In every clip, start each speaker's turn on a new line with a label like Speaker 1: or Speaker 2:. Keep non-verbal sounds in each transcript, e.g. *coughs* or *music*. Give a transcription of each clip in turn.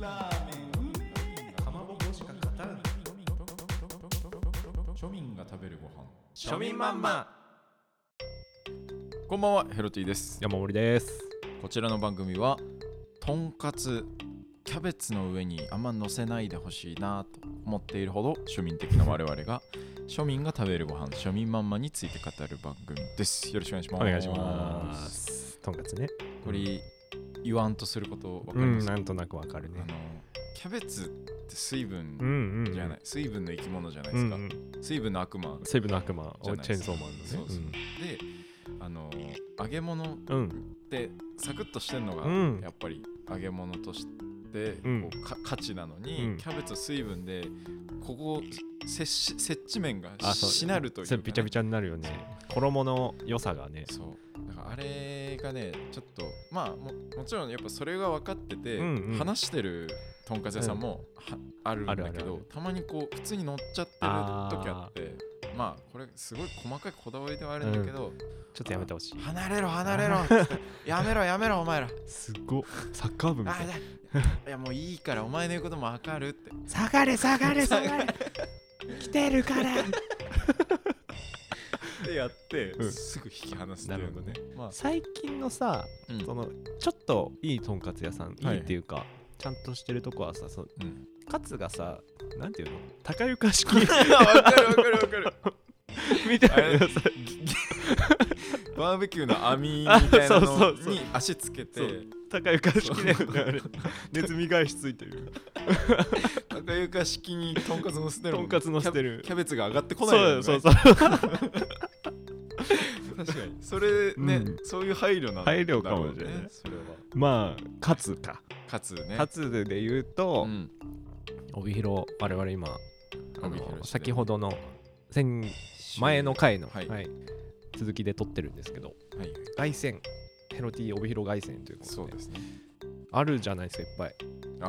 Speaker 1: ラーメンうめえ
Speaker 2: かまぼこしか勝たん庶民が食べるご飯
Speaker 3: 庶民マンマ
Speaker 2: こんばんはヘロティです
Speaker 3: 山森です
Speaker 2: こちらの番組はとんかつキャベツの上にあんま乗せないでほしいなと思っているほど庶民的な我々が庶民が食べるご飯庶民マンマについて語る番組ですよろしくお願いし
Speaker 3: お
Speaker 2: ます
Speaker 3: 願いしますとんかつね
Speaker 2: これ言わんとすることわか
Speaker 3: う
Speaker 2: りま
Speaker 3: ん
Speaker 2: すか、
Speaker 3: なんとなくわかる
Speaker 2: あ
Speaker 3: ね
Speaker 2: のキャベツって水分
Speaker 3: うんうん
Speaker 2: じゃない、水分の生き物じゃないですか、
Speaker 3: うんうん
Speaker 2: 水分の悪魔
Speaker 3: セブンの悪魔
Speaker 2: じゃない
Speaker 3: チェーンソーマンのね
Speaker 2: そうそう、であの揚げ物っ
Speaker 3: うんうん
Speaker 2: てサクッとしてるのが、
Speaker 3: うん
Speaker 2: やっぱり揚げ物としてこう、
Speaker 3: うん
Speaker 2: か価値なのに、
Speaker 3: うん
Speaker 2: キャベツ水分でここ接し接地面が
Speaker 3: あそう
Speaker 2: しなるという
Speaker 3: それびちゃび
Speaker 2: ち
Speaker 3: ちゃになるよね衣の良さがね
Speaker 2: そうだからあれがねちょっとまあももちろんやっぱそれが分かってて、
Speaker 3: うんうん
Speaker 2: 話してるとんかつ屋さんもは、あるんだけど
Speaker 3: あるあるある
Speaker 2: たまにこう普通に乗っちゃってる時あってまあこれすごい細かいこだわりではあるんだけど、
Speaker 3: ちょっとやめてほしい
Speaker 2: 離れろ離れろつってやめろやめろお前ら
Speaker 3: すごっサッカー部み
Speaker 2: あ
Speaker 3: たい
Speaker 2: *laughs* いやもういいからお前の言うこともわかるって
Speaker 3: 下がれ *laughs* 下がれ
Speaker 2: 下が
Speaker 3: れ来てるから
Speaker 2: でやって、
Speaker 3: うん
Speaker 2: すぐ引き離すっていうのね
Speaker 3: なる
Speaker 2: まあ
Speaker 3: *laughs* 最近のさ
Speaker 2: うん
Speaker 3: そのちょっといいとんかつ屋さんい
Speaker 2: はい
Speaker 3: いっていうか、ちゃんとしてるとこはさその、
Speaker 2: *laughs* うん
Speaker 3: カツがさなんていうの高
Speaker 2: *laughs*
Speaker 3: 床式
Speaker 2: わかるわかるわかる
Speaker 3: みた
Speaker 2: あれ
Speaker 3: *laughs* いなさ
Speaker 2: バーベキューの網みたいな
Speaker 3: あそうそうそ
Speaker 2: の
Speaker 3: う
Speaker 2: に足つけて
Speaker 3: そう高床式だよねあれネズミ返しついてる
Speaker 2: 高床式にとんかつのせてるも
Speaker 3: と
Speaker 2: ね
Speaker 3: んかつのせてる
Speaker 2: キャキャベツが上がってこないよ
Speaker 3: そう
Speaker 2: ね
Speaker 3: そうそうそう
Speaker 2: 確かにそれね、
Speaker 3: うん
Speaker 2: そういう配慮なんだろうね
Speaker 3: 配慮かもしれない
Speaker 2: それは
Speaker 3: まあカツか
Speaker 2: カツね
Speaker 3: カツで言うと、
Speaker 2: うん
Speaker 3: 帯広我々今あ
Speaker 2: 帯広市
Speaker 3: の
Speaker 2: で
Speaker 3: 先ほどの先前の回の、
Speaker 2: はい
Speaker 3: はい続きで撮ってるんですけど
Speaker 2: はい
Speaker 3: 凱旋ヘロティ帯広凱旋ということで
Speaker 2: そうですね
Speaker 3: あるじゃないですかいっぱい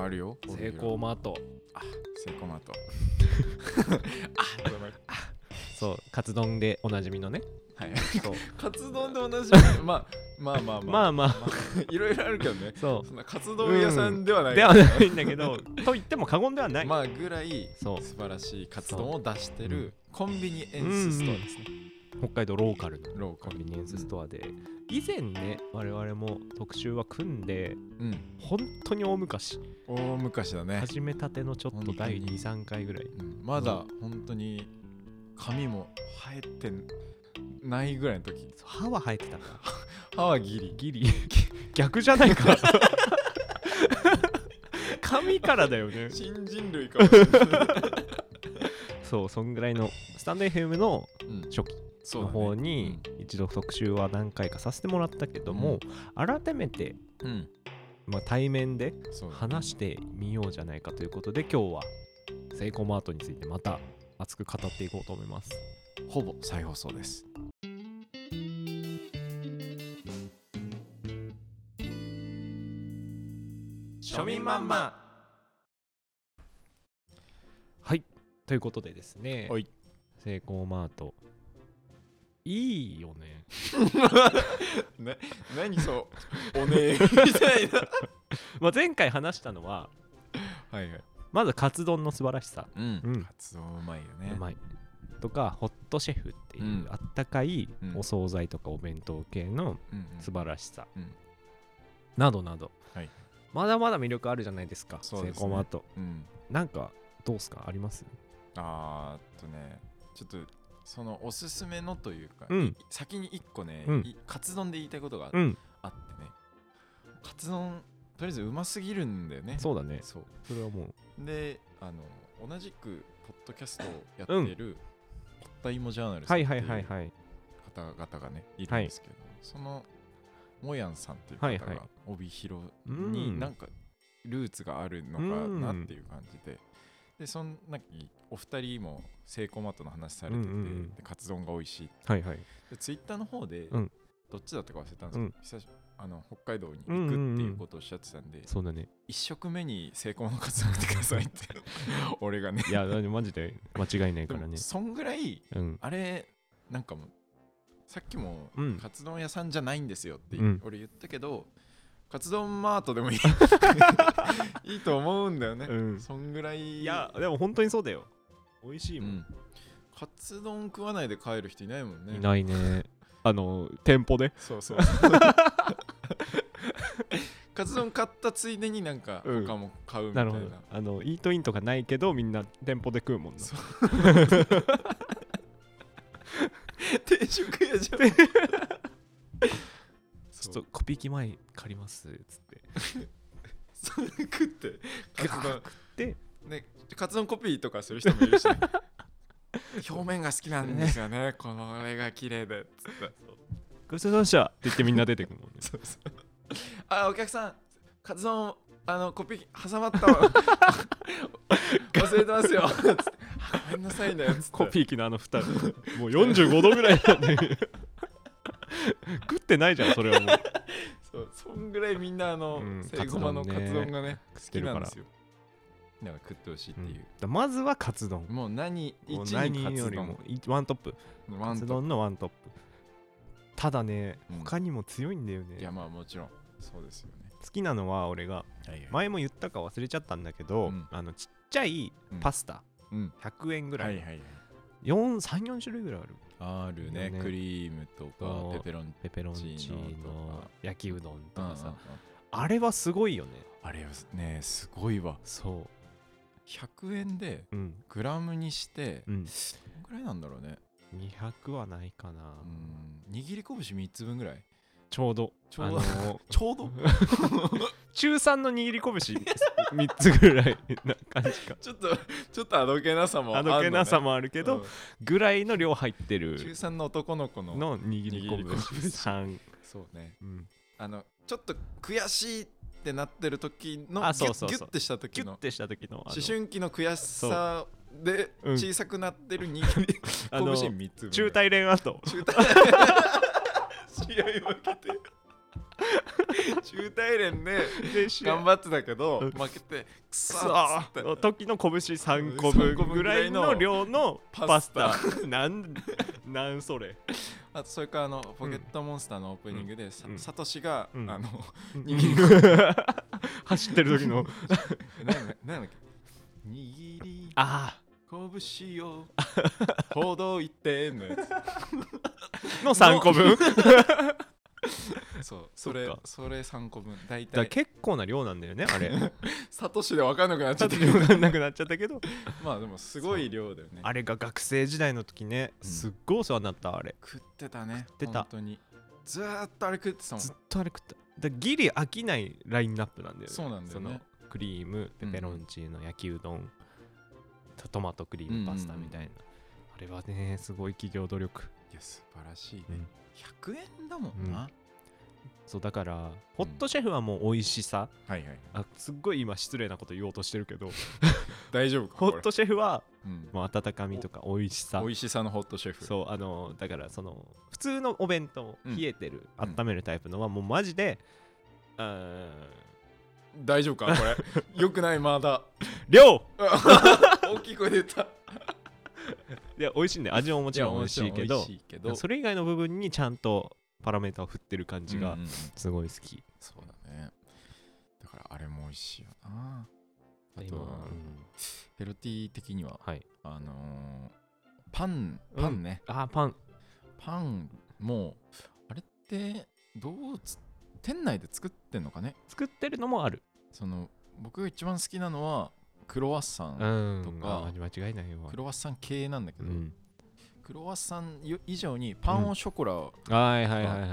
Speaker 2: あるよ
Speaker 3: セイコーマート
Speaker 2: あセイコーマート
Speaker 3: そうカツ丼でおなじみのね
Speaker 2: はい
Speaker 3: そう
Speaker 2: カツ丼で同じようにまあまあまあまあ、
Speaker 3: まあまあ
Speaker 2: *laughs* いろいろあるけどね
Speaker 3: そ
Speaker 2: そんなカツ丼屋さんではな
Speaker 3: う
Speaker 2: い、
Speaker 3: ではないんだけどと言っても過言ではない、
Speaker 2: まあぐらい
Speaker 3: そう
Speaker 2: 素晴らしいカツ丼を出してるコンビニエンスストアですね、
Speaker 3: 北海道ローカルの
Speaker 2: ローカ
Speaker 3: コ
Speaker 2: ル
Speaker 3: ンビニエンスストアで以前ね我々も特集は組んで
Speaker 2: うん
Speaker 3: 本当に大昔
Speaker 2: 大昔だね、
Speaker 3: 始めたてのちょっと第23回ぐらい
Speaker 2: うんまだ本当に髪も生えてないぐらいの時
Speaker 3: そう歯は生えてたから
Speaker 2: 歯はギリ
Speaker 3: ギリ *laughs* 逆じゃない *laughs* か髪からだよね
Speaker 2: 新人類かもしれない、 *laughs*
Speaker 3: そうそんぐらいのスタンド FM の
Speaker 2: うん、
Speaker 3: 初期
Speaker 2: そう
Speaker 3: の
Speaker 2: だ
Speaker 3: 方
Speaker 2: ね
Speaker 3: に一度特集は何回かさせてもらったけども、改めて、
Speaker 2: うん
Speaker 3: まあ、対面で
Speaker 2: そうだね
Speaker 3: 話してみようじゃないかということで今日はセイコーマートについてまた熱く語っていこうと思います
Speaker 2: ほぼ再放送です
Speaker 3: 庶民マンマはいということでですね
Speaker 2: はい
Speaker 3: セイコーマートいいよね
Speaker 2: ね、何そうおねえみたいな
Speaker 3: *laughs* まあ、前回話したのは
Speaker 2: はいはい
Speaker 3: まずカツ丼の素晴らしさ、
Speaker 2: うん、
Speaker 3: うん
Speaker 2: カツ丼うまいよね
Speaker 3: うまいとかホットシェフっていう、
Speaker 2: うん
Speaker 3: あったかい
Speaker 2: うん
Speaker 3: お惣菜とかお弁当系の
Speaker 2: うんうん
Speaker 3: 素晴らしさ、
Speaker 2: うん
Speaker 3: などなど、
Speaker 2: はい
Speaker 3: まだまだ魅力あるじゃないですか
Speaker 2: そうですね
Speaker 3: セイコーマート
Speaker 2: うん
Speaker 3: なんかどうっすかあります
Speaker 2: あーっとねちょっとそのおすすめのというか、
Speaker 3: うん
Speaker 2: 先に一個ね、
Speaker 3: うん
Speaker 2: いカツ丼で言いたいことがあ
Speaker 3: うん
Speaker 2: あってねカツ丼とりあえずうますぎるんだよね
Speaker 3: そうだね
Speaker 2: そう
Speaker 3: それはもう
Speaker 2: であの同じくポッドキャストをやっている、ポッタイモジャーナルさん
Speaker 3: は
Speaker 2: って
Speaker 3: い
Speaker 2: いう
Speaker 3: はいはいはい
Speaker 2: 方々がねいるんですけど、そのもやんさんっていう
Speaker 3: はい
Speaker 2: 方
Speaker 3: は
Speaker 2: が
Speaker 3: い
Speaker 2: 帯広
Speaker 3: う
Speaker 2: に
Speaker 3: ん
Speaker 2: なんかルーツがあるのかなっていう感じで。でそんなお二人もセイコーマートの話されてて、
Speaker 3: うんうんうん
Speaker 2: でカツ丼が美味しい
Speaker 3: はいはい
Speaker 2: でツイッターの方で、
Speaker 3: うん
Speaker 2: どっちだったか忘れたんですけど、
Speaker 3: うん
Speaker 2: 久しあの北海道に行くっていうことをおっしゃってたんで、
Speaker 3: そうだね
Speaker 2: 一食目に成功のカツ丼食ってくだ
Speaker 3: *laughs*
Speaker 2: さいって俺がね
Speaker 3: いやだってマジで間違いな
Speaker 2: で
Speaker 3: いから
Speaker 2: も
Speaker 3: ね
Speaker 2: そんぐらい
Speaker 3: うん
Speaker 2: あれなんかもうさっきも
Speaker 3: うん
Speaker 2: カツ丼屋さんじゃないんですよって、
Speaker 3: うん
Speaker 2: 俺言ったけどカツ丼マートで
Speaker 3: *laughs*
Speaker 2: もいいいいと思うんだよね、
Speaker 3: うん
Speaker 2: そんぐらい
Speaker 3: いやでも本当にそうだよ美味しいうもん、
Speaker 2: んカツ丼食わないで帰る人いないもんね
Speaker 3: いない
Speaker 2: *laughs*
Speaker 3: ねあの店舗で
Speaker 2: そう
Speaker 3: *laughs*
Speaker 2: そうカツ丼買ったついでになんか
Speaker 3: うん
Speaker 2: 他も買うみた
Speaker 3: ないる
Speaker 2: な,、
Speaker 3: ほどあのイートインとかないけどみんな店舗で食うもんな
Speaker 2: そ定食屋じゃん
Speaker 3: *laughs* ち
Speaker 2: ち
Speaker 3: ょっとコピー機前借りますっつって
Speaker 2: それ食ってカツ丼
Speaker 3: て
Speaker 2: ねカツ丼コピーとかする人もいるしね、 *laughs* 表面が好きなんですよねこの絵が綺麗でつって
Speaker 3: ごちそうさまでしたって言ってみんな出てくるもんね
Speaker 2: そうそうあお客さんカツ丼あのコピー挟まった *laughs* わ忘れてますよつってあごめんなさいねつって
Speaker 3: コピー機のあの蓋もう45度ぐらいなんで食ってないじゃんそれはもう
Speaker 2: そうそんぐらいみんなあの、
Speaker 3: うん
Speaker 2: セイコマのカ
Speaker 3: カ
Speaker 2: ツ丼
Speaker 3: ツ丼ね
Speaker 2: がね好
Speaker 3: て
Speaker 2: き
Speaker 3: る
Speaker 2: な
Speaker 3: か
Speaker 2: ん
Speaker 3: ら
Speaker 2: ですよだから食ってほしいっていう、
Speaker 3: まずはカツ丼
Speaker 2: もう何一
Speaker 3: もう
Speaker 2: にカ
Speaker 3: 何よ
Speaker 2: ツ
Speaker 3: りも
Speaker 2: 丼
Speaker 3: いワントップ
Speaker 2: ワ
Speaker 3: カ
Speaker 2: ン
Speaker 3: ツ
Speaker 2: と
Speaker 3: 丼のワントップただね、
Speaker 2: うん
Speaker 3: 他にも強いんだよ
Speaker 2: い
Speaker 3: ね
Speaker 2: やまあもちろんそうですよね
Speaker 3: 好きなのは俺が
Speaker 2: はいはい
Speaker 3: 前も言ったか忘れちゃったんだけど、
Speaker 2: うん
Speaker 3: あのちっちゃいパスタ、
Speaker 2: うん
Speaker 3: 100円ぐら、
Speaker 2: はいいはいはい
Speaker 3: 四三34種類ぐらいある
Speaker 2: あるね
Speaker 3: ね
Speaker 2: クリームとか
Speaker 3: そう
Speaker 2: ペペロン
Speaker 3: ペペロンチ
Speaker 2: チー
Speaker 3: ー
Speaker 2: ノと
Speaker 3: ノ
Speaker 2: か
Speaker 3: 焼きうどん
Speaker 2: と
Speaker 3: と
Speaker 2: か
Speaker 3: かさ、
Speaker 2: さ
Speaker 3: あれはすごいよね
Speaker 2: あれはねすごいわ
Speaker 3: そ
Speaker 2: 100円で
Speaker 3: ううん
Speaker 2: グラムにして
Speaker 3: うん
Speaker 2: どんぐらいなんだろうね
Speaker 3: 200はないかな、
Speaker 2: うん握り拳3つ分ぐらい
Speaker 3: ちょうど
Speaker 2: ちょうど
Speaker 3: あの
Speaker 2: *laughs* ちょうど
Speaker 3: 中3の握り拳3つぐらいな感じか
Speaker 2: ちょっとちょっとあどけなさも
Speaker 3: あ
Speaker 2: あ
Speaker 3: のけなさ
Speaker 2: も
Speaker 3: もあるけ
Speaker 2: け
Speaker 3: ど、ぐらいの量入って
Speaker 2: 中
Speaker 3: る
Speaker 2: 3の男の子の
Speaker 3: の握り
Speaker 2: 握り
Speaker 3: 拳
Speaker 2: 拳
Speaker 3: 3、
Speaker 2: そうね
Speaker 3: うん、
Speaker 2: あのちょっと悔しいってなってる時の
Speaker 3: あそうそうそう
Speaker 2: ギュッギュッてした時
Speaker 3: キュッ
Speaker 2: の
Speaker 3: てした時のあの
Speaker 2: 思春期の悔しさで
Speaker 3: うん
Speaker 2: 小さくなってる握り
Speaker 3: *laughs* あの
Speaker 2: 拳3つ分
Speaker 3: 中大連後
Speaker 2: 中大試合負けて中大連で
Speaker 3: で試合
Speaker 2: 頑張ってたけど
Speaker 3: うん
Speaker 2: 負けてくそ
Speaker 3: くそ
Speaker 2: ーっつって
Speaker 3: の時の拳3個分ぐらいの量のパスタなんなんそれ
Speaker 2: あとそれからあのポケットモンスターのオープニングでさ
Speaker 3: うん
Speaker 2: サトシがあ
Speaker 3: うん *laughs*
Speaker 2: の
Speaker 3: 走ってる時の
Speaker 2: 何だっけ握り
Speaker 3: あ
Speaker 2: 拳をほどいてんのや
Speaker 3: あの3個分
Speaker 2: つ
Speaker 3: *laughs*
Speaker 2: そうそれ
Speaker 3: そっか
Speaker 2: それ3個分大
Speaker 3: だ
Speaker 2: 体
Speaker 3: 結構な量なんだよねあれ *laughs*
Speaker 2: サトシで分かんなくなっち
Speaker 3: ち
Speaker 2: ゃ
Speaker 3: ょ
Speaker 2: っ
Speaker 3: っと
Speaker 2: たけ
Speaker 3: 量
Speaker 2: ど
Speaker 3: がなくなっちゃったけど
Speaker 2: まあでもすごい量だよね
Speaker 3: あれが学生時代の時ね
Speaker 2: うん
Speaker 3: すっごいお世話になったあれ
Speaker 2: 食ってたね食
Speaker 3: ってた
Speaker 2: 本当にずーっとあれ食ってたもん
Speaker 3: ずっとあれ食っただギリ飽きないラインナップなんだよね
Speaker 2: そうなんだよね
Speaker 3: そのクリームペペロンチーノ焼きうどんとトマトクリームパスタみたいな、あれはねすごい企業努力
Speaker 2: いや素晴らしいね、
Speaker 3: うん
Speaker 2: 100円だもんな、
Speaker 3: そうだからホットシェフはもう美味しさ、
Speaker 2: はいはい
Speaker 3: あすっごい今失礼なこと言おうとしてるけど
Speaker 2: 大丈夫か
Speaker 3: ホット
Speaker 2: *laughs* こ
Speaker 3: シェフは
Speaker 2: れうん
Speaker 3: もう温かみとか美味しさ
Speaker 2: 美味しさのホットシェフ
Speaker 3: そうあのだからその普通のお弁当
Speaker 2: うん
Speaker 3: 冷えてる、
Speaker 2: うん
Speaker 3: 温めるタイプのはもうマジでうーん
Speaker 2: 大丈夫かこ
Speaker 3: *laughs*
Speaker 2: れよくないまだ
Speaker 3: 量
Speaker 2: 大きい声で言った
Speaker 3: いや美味しいんだよ味ももちろん美味しいけど
Speaker 2: やもちろん美味しいけど
Speaker 3: それ以外の部分にちゃんとパラメータを振ってる感じが
Speaker 2: うんうんうん
Speaker 3: すごい好き、
Speaker 2: そうだねだからあれも美味しいよなあと
Speaker 3: 今
Speaker 2: は
Speaker 3: うん
Speaker 2: ヘルティー的には
Speaker 3: はい
Speaker 2: あのーパンパンね、
Speaker 3: あーパン
Speaker 2: パンもあれってどうつ店内で作ってんのかね
Speaker 3: 作ってるのもある
Speaker 2: その僕が一番好きなのはクロワッサン、
Speaker 3: うん
Speaker 2: とか
Speaker 3: あー間違いないよ
Speaker 2: クロワッサン系なんだけ
Speaker 3: う
Speaker 2: ど、
Speaker 3: ん
Speaker 2: クロワッサンよ以上にパンオショコラは
Speaker 3: はいはいはいはい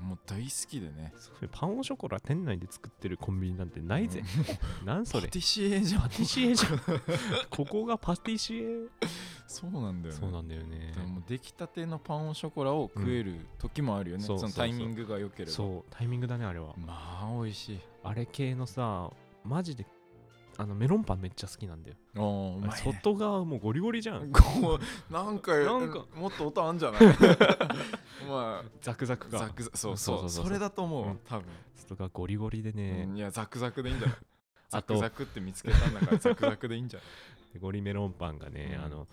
Speaker 2: もう大好きでね、
Speaker 3: それパンオショコラ店内で作ってるコンビニなんてないぜ、 *laughs* なんそ
Speaker 2: パ
Speaker 3: れ
Speaker 2: ティシエじゃん *laughs*
Speaker 3: パティシエじゃん *laughs* ここがパティシエ
Speaker 2: そうなんだよね
Speaker 3: そうなんだよね
Speaker 2: でも出来たてのパンオショコラを食える時もあるよね、
Speaker 3: そう
Speaker 2: その
Speaker 3: そうそ
Speaker 2: タ
Speaker 3: う
Speaker 2: イミングが良ければ
Speaker 3: そうタイミングだねあれは、
Speaker 2: まあ美味しい
Speaker 3: あれ系のさマジであのメロンパンめっちゃ好きなんだよ
Speaker 2: あーうまい、ね、
Speaker 3: 外側もうゴリゴリじゃん
Speaker 2: こうなんか
Speaker 3: *laughs* なんか
Speaker 2: もっと音あんじゃない *laughs* まあ
Speaker 3: ザクザクが
Speaker 2: ザクザクそうそう
Speaker 3: そうそうそうそう
Speaker 2: それだと思う、
Speaker 3: うん
Speaker 2: 多分、
Speaker 3: 外側ゴリゴリでね
Speaker 2: う、んいやザクザクでいいんじゃないザ
Speaker 3: あ
Speaker 2: ク
Speaker 3: と
Speaker 2: ザクって見つけたんだからザクザクでいいんじゃ
Speaker 3: *laughs*
Speaker 2: ない
Speaker 3: ゴリメロンパンがね、
Speaker 2: うん
Speaker 3: あの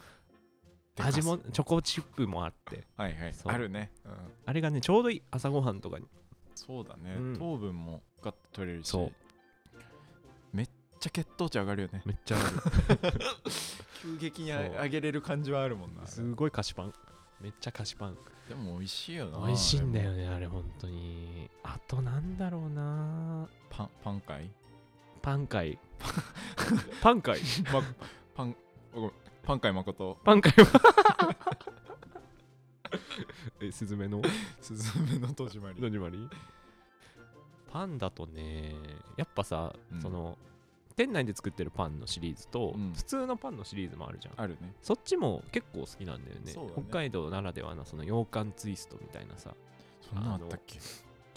Speaker 2: でかす
Speaker 3: 味もチョコチップもあって
Speaker 2: はいはい
Speaker 3: そう
Speaker 2: あるね、うん
Speaker 3: あれがねちょうどいい朝ごはんとかに
Speaker 2: そうだね、
Speaker 3: うん
Speaker 2: 糖分もガッと取れるし
Speaker 3: そう
Speaker 2: めっちゃ血糖値上がるよね
Speaker 3: めっちゃある
Speaker 2: 急激に
Speaker 3: そう
Speaker 2: 上げれる感じはあるもんな
Speaker 3: すごい菓子パンめっちゃ菓子パン
Speaker 2: でも美味しいよな
Speaker 3: 美味しいんだよ
Speaker 2: でも
Speaker 3: ねあれ本当にあとなんだろうな
Speaker 2: パンパン *laughs* 界
Speaker 3: パ
Speaker 2: *laughs*
Speaker 3: ン界パン界
Speaker 2: パンごめんパン界誠
Speaker 3: パン界は *laughs* えスズメの
Speaker 2: スズメの戸締まり
Speaker 3: 何まりパンだとねやっぱさ、
Speaker 2: うん
Speaker 3: その店内で作ってるパンのシリーズと、
Speaker 2: うん
Speaker 3: 普通のパンのシリーズもあるじゃん
Speaker 2: あるね
Speaker 3: そっちも結構好きなんだよね
Speaker 2: そうだね
Speaker 3: 北海道ならではのその羊羹ツイストみたいなさ
Speaker 2: そんなのあったっけ
Speaker 3: チ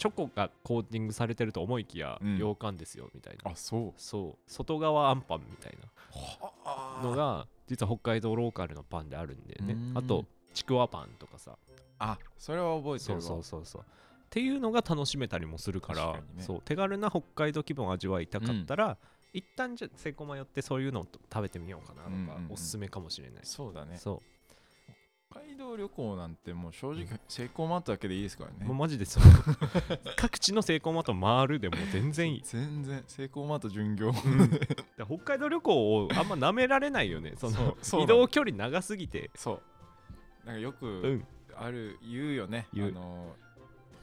Speaker 3: ョコがコーティングされてると思いきや、
Speaker 2: うん
Speaker 3: 羊羹ですよみたいな
Speaker 2: あそう
Speaker 3: そう外側あんパンみたいなの
Speaker 2: は
Speaker 3: が実は北海道ローカルのパンであるんだよね
Speaker 2: うん
Speaker 3: あとちくわパンとかさ
Speaker 2: あそれは覚えてる
Speaker 3: そ
Speaker 2: わ
Speaker 3: うそうそうそうっていうのが楽しめたりもするから
Speaker 2: 確かにね
Speaker 3: そう手軽な北海道気分を味わいたかったら、一旦じゃセコマ寄ってそういうのを食べてみようかなと
Speaker 2: う
Speaker 3: か、
Speaker 2: んうんうん
Speaker 3: おすすめかもしれない、
Speaker 2: そうだね
Speaker 3: そ
Speaker 2: 北海道旅行なんてもう正直成功マートだけでいいですから
Speaker 3: う
Speaker 2: ね
Speaker 3: もう *laughs* マジでその各地のセコマと回るでもう全然
Speaker 2: *laughs*
Speaker 3: いい
Speaker 2: 全然成功マート巡業
Speaker 3: だから北海道旅行をあんま舐められないよねその
Speaker 2: そうそうなの
Speaker 3: 移動距離長すぎて
Speaker 2: そうなんかよ
Speaker 3: う
Speaker 2: く
Speaker 3: ん
Speaker 2: ある言うよね、
Speaker 3: 言う
Speaker 2: あの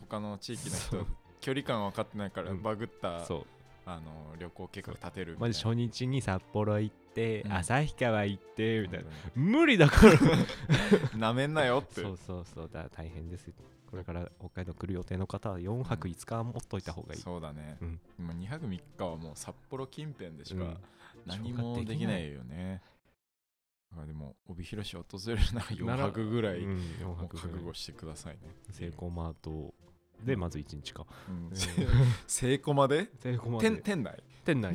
Speaker 2: 他の地域の
Speaker 3: そ
Speaker 2: 人
Speaker 3: う
Speaker 2: 距離感分かってないから
Speaker 3: うん
Speaker 2: バグった、
Speaker 3: そ
Speaker 2: あの旅行計画立てる
Speaker 3: う
Speaker 2: みたい
Speaker 3: マ
Speaker 2: な
Speaker 3: ジ初日に札幌行って
Speaker 2: うん
Speaker 3: 旭川行ってみたいな
Speaker 2: 本
Speaker 3: 無理だから
Speaker 2: 当になめんなよって
Speaker 3: *laughs* そうそうそうだ大変ですよこれから北海道来る予定の方は4泊5日は持っといた方がいい
Speaker 2: そうだね、
Speaker 3: うん
Speaker 2: 今2泊3日はもう札幌近辺でし
Speaker 3: うん
Speaker 2: か何もできないよね、だからでも帯広市訪れるなら4泊ぐらい、
Speaker 3: うん、
Speaker 2: も
Speaker 3: 4
Speaker 2: う
Speaker 3: 泊
Speaker 2: 覚
Speaker 3: ぐら
Speaker 2: 悟
Speaker 3: い
Speaker 2: してくださいね
Speaker 3: セイコーマートでまず1日か
Speaker 2: うん
Speaker 3: うん
Speaker 2: *laughs* せセイコまで
Speaker 3: セイコーマ
Speaker 2: 店店内
Speaker 3: 店内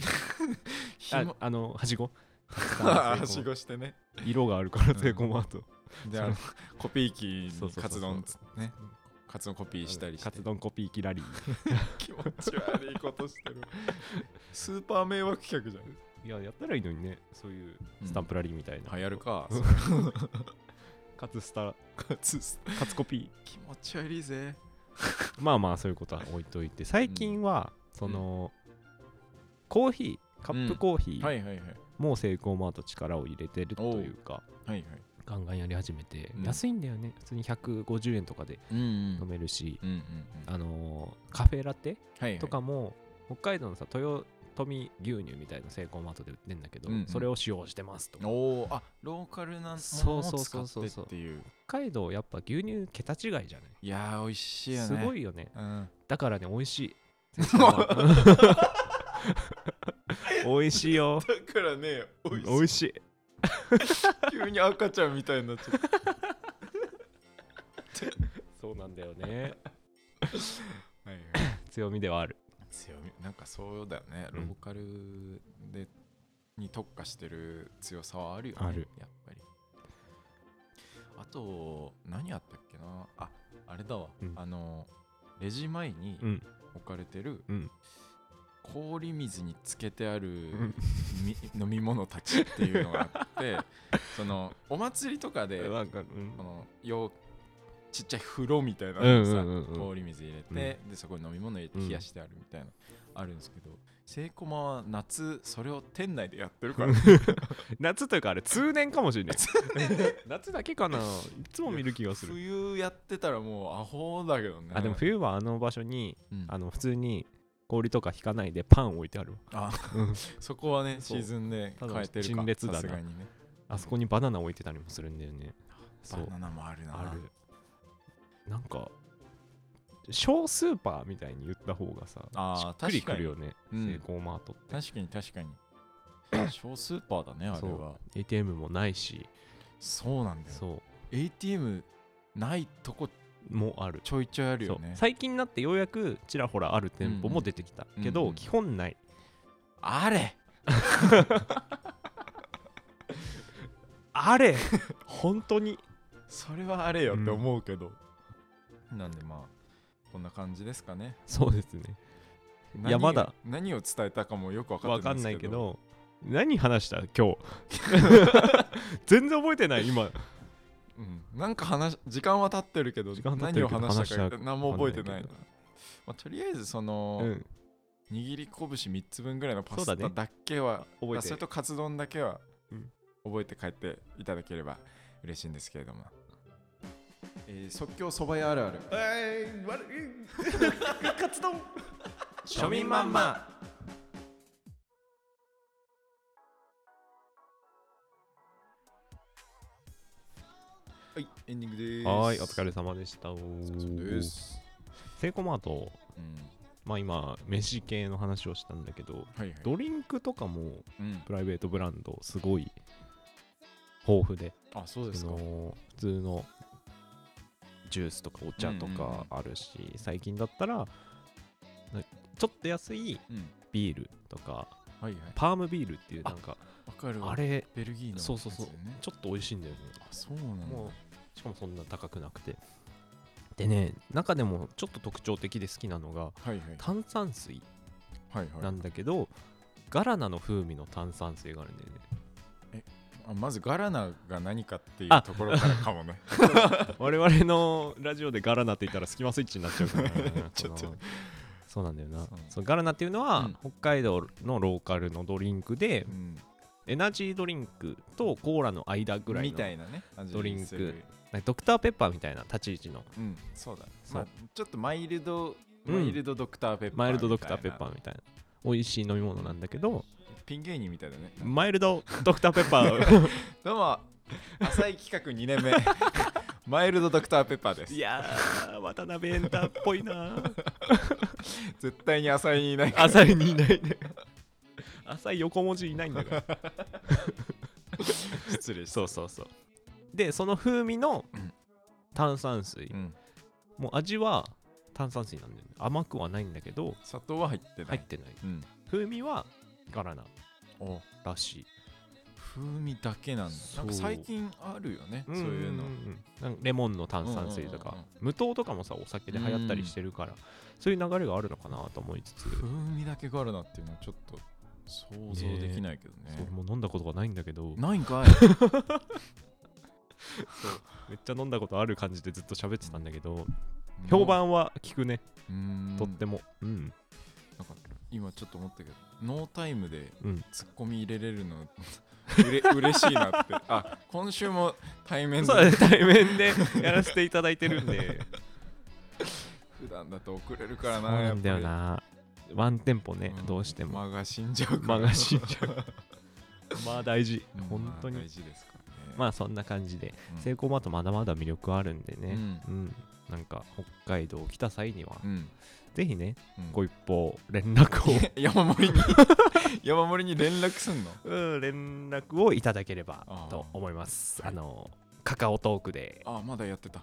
Speaker 2: ひ *laughs*
Speaker 3: あ
Speaker 2: も
Speaker 3: あのはしご
Speaker 2: はしごしてね
Speaker 3: 色があるから
Speaker 2: うん
Speaker 3: セイコーマート
Speaker 2: じゃあコピー機
Speaker 3: そう
Speaker 2: に
Speaker 3: そうそうそう
Speaker 2: カツ丼つねカツ丼コピーしたりして
Speaker 3: カツ丼コピー機ラリー
Speaker 2: 気持ち悪いことしてるスーパー迷惑客じゃん
Speaker 3: いややったらいいのにねそういうスタンプラリーみたいな、
Speaker 2: 流行るか
Speaker 3: う
Speaker 2: そ
Speaker 3: ん
Speaker 2: れ
Speaker 3: カツスタ
Speaker 2: *laughs* カツス
Speaker 3: カツコピ
Speaker 2: 気持ち悪いぜ
Speaker 3: ーまあまあそういうことは置いといて最近は、その、コーヒーカップコーヒ
Speaker 2: は
Speaker 3: ー
Speaker 2: いはいはい
Speaker 3: もセイコーマート力を入れてるというか、
Speaker 2: はいはい
Speaker 3: ガンガンやり始めて、
Speaker 2: うん
Speaker 3: 安いんだよね普通に150円とかで
Speaker 2: うんう
Speaker 3: 飲
Speaker 2: ん
Speaker 3: めるし、
Speaker 2: うんうん
Speaker 3: あのーカフェラテ
Speaker 2: はいはい
Speaker 3: とかも、北海道のさ豊富牛乳みたいなセイコーマートで売ってんだけど、
Speaker 2: うんうん
Speaker 3: それを使用してますとか
Speaker 2: おーあローカルなもの
Speaker 3: そう
Speaker 2: を
Speaker 3: そう
Speaker 2: 使
Speaker 3: そう
Speaker 2: っ
Speaker 3: そ
Speaker 2: て
Speaker 3: う
Speaker 2: っていう
Speaker 3: 北海道やっぱ牛乳桁違いじゃない
Speaker 2: いやー美味しいよね
Speaker 3: すご
Speaker 2: い
Speaker 3: いよね
Speaker 2: うん
Speaker 3: だからね美
Speaker 2: *laughs*
Speaker 3: 味しいセイコーマート美味しいよ
Speaker 2: だからね
Speaker 3: 美味しい
Speaker 2: 急に赤ちゃんみたいになっちゃった
Speaker 3: そうなんだよね
Speaker 2: はいはい
Speaker 3: 強みではある
Speaker 2: 強みなんかそうだよね、
Speaker 3: うん
Speaker 2: ローカルでに特化してる強さはあるよね
Speaker 3: ある
Speaker 2: やっぱりあと何あったっけなああれだわ、
Speaker 3: うん
Speaker 2: あのレジ前に
Speaker 3: うん
Speaker 2: 置かれてる、
Speaker 3: うん
Speaker 2: 氷水につけてある
Speaker 3: うん
Speaker 2: み、飲み物たちっていうのがあってそのお祭りとかで
Speaker 3: なんかうん
Speaker 2: このよちっちゃい風呂みたいな
Speaker 3: うん
Speaker 2: のさ、
Speaker 3: うんうんうん
Speaker 2: 氷水入れて、でそこに飲み物入れて
Speaker 3: うん
Speaker 2: 冷やしてあるみたいな、あるんですけどセイコマは夏それを店内でやってるから、ね、
Speaker 3: 夏というかあれ通年か
Speaker 2: *laughs*
Speaker 3: もしれない夏だけかないつも見る気がする
Speaker 2: 冬やってたらもうアホだけどね
Speaker 3: あでも冬はあの場所に
Speaker 2: うん
Speaker 3: あの普通に氷とか引かないでパン置いてあるわ
Speaker 2: あ
Speaker 3: うん
Speaker 2: そこはね
Speaker 3: そ
Speaker 2: シ
Speaker 3: う
Speaker 2: ーズンで変えてるか
Speaker 3: ただ陳列だな
Speaker 2: さすがにね
Speaker 3: あそこにバナナ置いてたりもするんだよねそう
Speaker 2: バナナもあるな
Speaker 3: あるなんか小スーパーみたいに言った方がさし
Speaker 2: あ
Speaker 3: っ
Speaker 2: ー
Speaker 3: くり
Speaker 2: 確か
Speaker 3: くる
Speaker 2: に
Speaker 3: よね
Speaker 2: うん
Speaker 3: セイコーマートって
Speaker 2: 確かに確かに
Speaker 3: *coughs*
Speaker 2: 小スーパーだねあれは
Speaker 3: ATM もないし
Speaker 2: そうなんだよ
Speaker 3: そ
Speaker 2: ATM ないとこ
Speaker 3: うもある
Speaker 2: ちょいちょいあるよ
Speaker 3: そう
Speaker 2: ね
Speaker 3: 最近になってようやくちらほらある店舗も出てきたけど、
Speaker 2: うんうん
Speaker 3: 基本ない
Speaker 2: あれ
Speaker 3: あれ本当に
Speaker 2: それはあれよって思うけど、なんでまあこんな感じですかね
Speaker 3: そうですねいや
Speaker 2: 何を
Speaker 3: まだ
Speaker 2: 何を伝えたかもよく分か
Speaker 3: わ
Speaker 2: ってない
Speaker 3: か
Speaker 2: で
Speaker 3: ん
Speaker 2: す
Speaker 3: な
Speaker 2: け
Speaker 3: い
Speaker 2: ど
Speaker 3: けど何話した *laughs* 今日全然覚えてない今
Speaker 2: うん、なんか話時間は経ってるけど
Speaker 3: 時間は経って
Speaker 2: 何
Speaker 3: る
Speaker 2: を
Speaker 3: けど
Speaker 2: 話した
Speaker 3: 話
Speaker 2: か
Speaker 3: した
Speaker 2: 何も覚えてない
Speaker 3: わ
Speaker 2: な
Speaker 3: かんないけど
Speaker 2: まあ、とりあえずその、
Speaker 3: うん
Speaker 2: 握り拳3つ分ぐらいのパス
Speaker 3: そ
Speaker 2: タ
Speaker 3: うだね
Speaker 2: だけは
Speaker 3: 覚えて
Speaker 2: あそれとカツ丼だけは
Speaker 3: うん
Speaker 2: 覚えて帰っていただければ嬉しいんですけれども、えー即興そば屋あるある
Speaker 3: えー、悪い
Speaker 2: *laughs*
Speaker 3: カツ丼庶民マン
Speaker 2: マはいエンディングです
Speaker 3: はーい、お疲れ様でした。お
Speaker 2: そう
Speaker 3: ー
Speaker 2: です、
Speaker 3: セイコーマート、
Speaker 2: うん、
Speaker 3: まあ今、飯系の話をしたんだけど、
Speaker 2: はいはい
Speaker 3: ドリンクとかも
Speaker 2: うん、
Speaker 3: プライベートブランド、すごい豊富で、
Speaker 2: あそうです
Speaker 3: そ
Speaker 2: か
Speaker 3: の普通のジュースとかお茶とかあるし、最近だったら、なちょっと安い
Speaker 2: うん
Speaker 3: ビールとか、
Speaker 2: はいはい
Speaker 3: パームビールっていう、なんか、
Speaker 2: わかるわ
Speaker 3: あれ、
Speaker 2: ベルギーの
Speaker 3: そうそうそう
Speaker 2: やつだよね
Speaker 3: ちょっと美味しいんだよね。
Speaker 2: あそうなんだ
Speaker 3: もうしかもそんな高くなくてでね中でもちょっと特徴的で好きなのが
Speaker 2: はいはい
Speaker 3: 炭酸水
Speaker 2: はいはい
Speaker 3: なんだけど、ガラナの風味の炭酸水があるんだよね
Speaker 2: あまずガラナが何かっていう
Speaker 3: あ
Speaker 2: ところからかも
Speaker 3: *laughs*
Speaker 2: ね
Speaker 3: *laughs* 我々のラジオでガラナって言ったらスキマスイッチになっ *laughs* ちゃうから、
Speaker 2: ちょっと
Speaker 3: このそうなんだよな
Speaker 2: そう
Speaker 3: そうガラナっていうのは、
Speaker 2: うん
Speaker 3: 北海道のローカルのドリンクで
Speaker 2: うん
Speaker 3: エナジードリンクとコーラの間ぐらい
Speaker 2: み
Speaker 3: の
Speaker 2: たいなね味
Speaker 3: ドリンク
Speaker 2: する
Speaker 3: なんかドクターペッパーみたいな立ち位置の
Speaker 2: うんそうだ
Speaker 3: そう
Speaker 2: まあちょっとマイルド
Speaker 3: う
Speaker 2: マ
Speaker 3: ん
Speaker 2: イルドドクターペッパー
Speaker 3: マイルドドクターペッパーみたいな美味しい飲み物なんだけど
Speaker 2: ピン芸人みたいだね
Speaker 3: マイルドドクターペッパ *laughs* ー
Speaker 2: どうも浅い企画2年 *laughs* 目マイルドドクターペッパーです
Speaker 3: いやー渡辺エンタっぽいな
Speaker 2: 絶対に浅いにいない
Speaker 3: 浅いにいないね浅い横文字いないん *laughs* だから
Speaker 2: 失礼
Speaker 3: そうそうそうでその風味の
Speaker 2: うん
Speaker 3: 炭酸水、
Speaker 2: うん
Speaker 3: もう味は炭酸水なんだよね甘くはないんだけど
Speaker 2: 砂糖は入ってな
Speaker 3: 入っ
Speaker 2: い
Speaker 3: てない
Speaker 2: うん
Speaker 3: 風味はガラナ
Speaker 2: お
Speaker 3: らしい
Speaker 2: 風味だけなんだなんか
Speaker 3: そう
Speaker 2: 最近あるよねそういうの
Speaker 3: んんうんなんかレモンの炭酸水と
Speaker 2: うん
Speaker 3: か
Speaker 2: うんうん
Speaker 3: 無糖とかもさお酒で流行ったりしてるからそういう流れがあるのかなと思いつつ
Speaker 2: 風味だけガラナっていうのはちょっと想像できないけど
Speaker 3: そう
Speaker 2: ね
Speaker 3: もう飲んだことがないんだけど
Speaker 2: ないんかい
Speaker 3: めっちゃ飲んだことある感じでずっと喋ってたんだけど評判は聞くね
Speaker 2: うん
Speaker 3: とってもうん
Speaker 2: なんか今ちょっと思ったけどノータイムで
Speaker 3: うん
Speaker 2: ツッコミ入れれるのうれ *laughs* 嬉しいなってあ今週も対面
Speaker 3: そうだ
Speaker 2: で
Speaker 3: ね対面でやらせていただい
Speaker 2: *laughs*
Speaker 3: てるんで
Speaker 2: 普段だと遅れるか
Speaker 3: そ
Speaker 2: ら
Speaker 3: う
Speaker 2: な
Speaker 3: なんだよ
Speaker 2: やっ
Speaker 3: なワンテンポ
Speaker 2: ぱり
Speaker 3: ね
Speaker 2: ん
Speaker 3: どうしても
Speaker 2: 間が死んじゃうから
Speaker 3: 間が死んじゃうまあ大事
Speaker 2: うん
Speaker 3: *laughs* 本当
Speaker 2: まあ
Speaker 3: に
Speaker 2: 大事ですからね
Speaker 3: まあそんな感じで
Speaker 2: うん
Speaker 3: 成功マートまだまだ魅力あるんで
Speaker 2: うん
Speaker 3: ねうんなんか北海道来た際には
Speaker 2: うん
Speaker 3: ぜひね
Speaker 2: うん
Speaker 3: ご一報連絡を
Speaker 2: *laughs* 山盛りに *laughs* 山盛りに連絡すんの
Speaker 3: *laughs* うん連絡をいただければと思います
Speaker 2: あー
Speaker 3: あのカカオトークで
Speaker 2: あまだやってた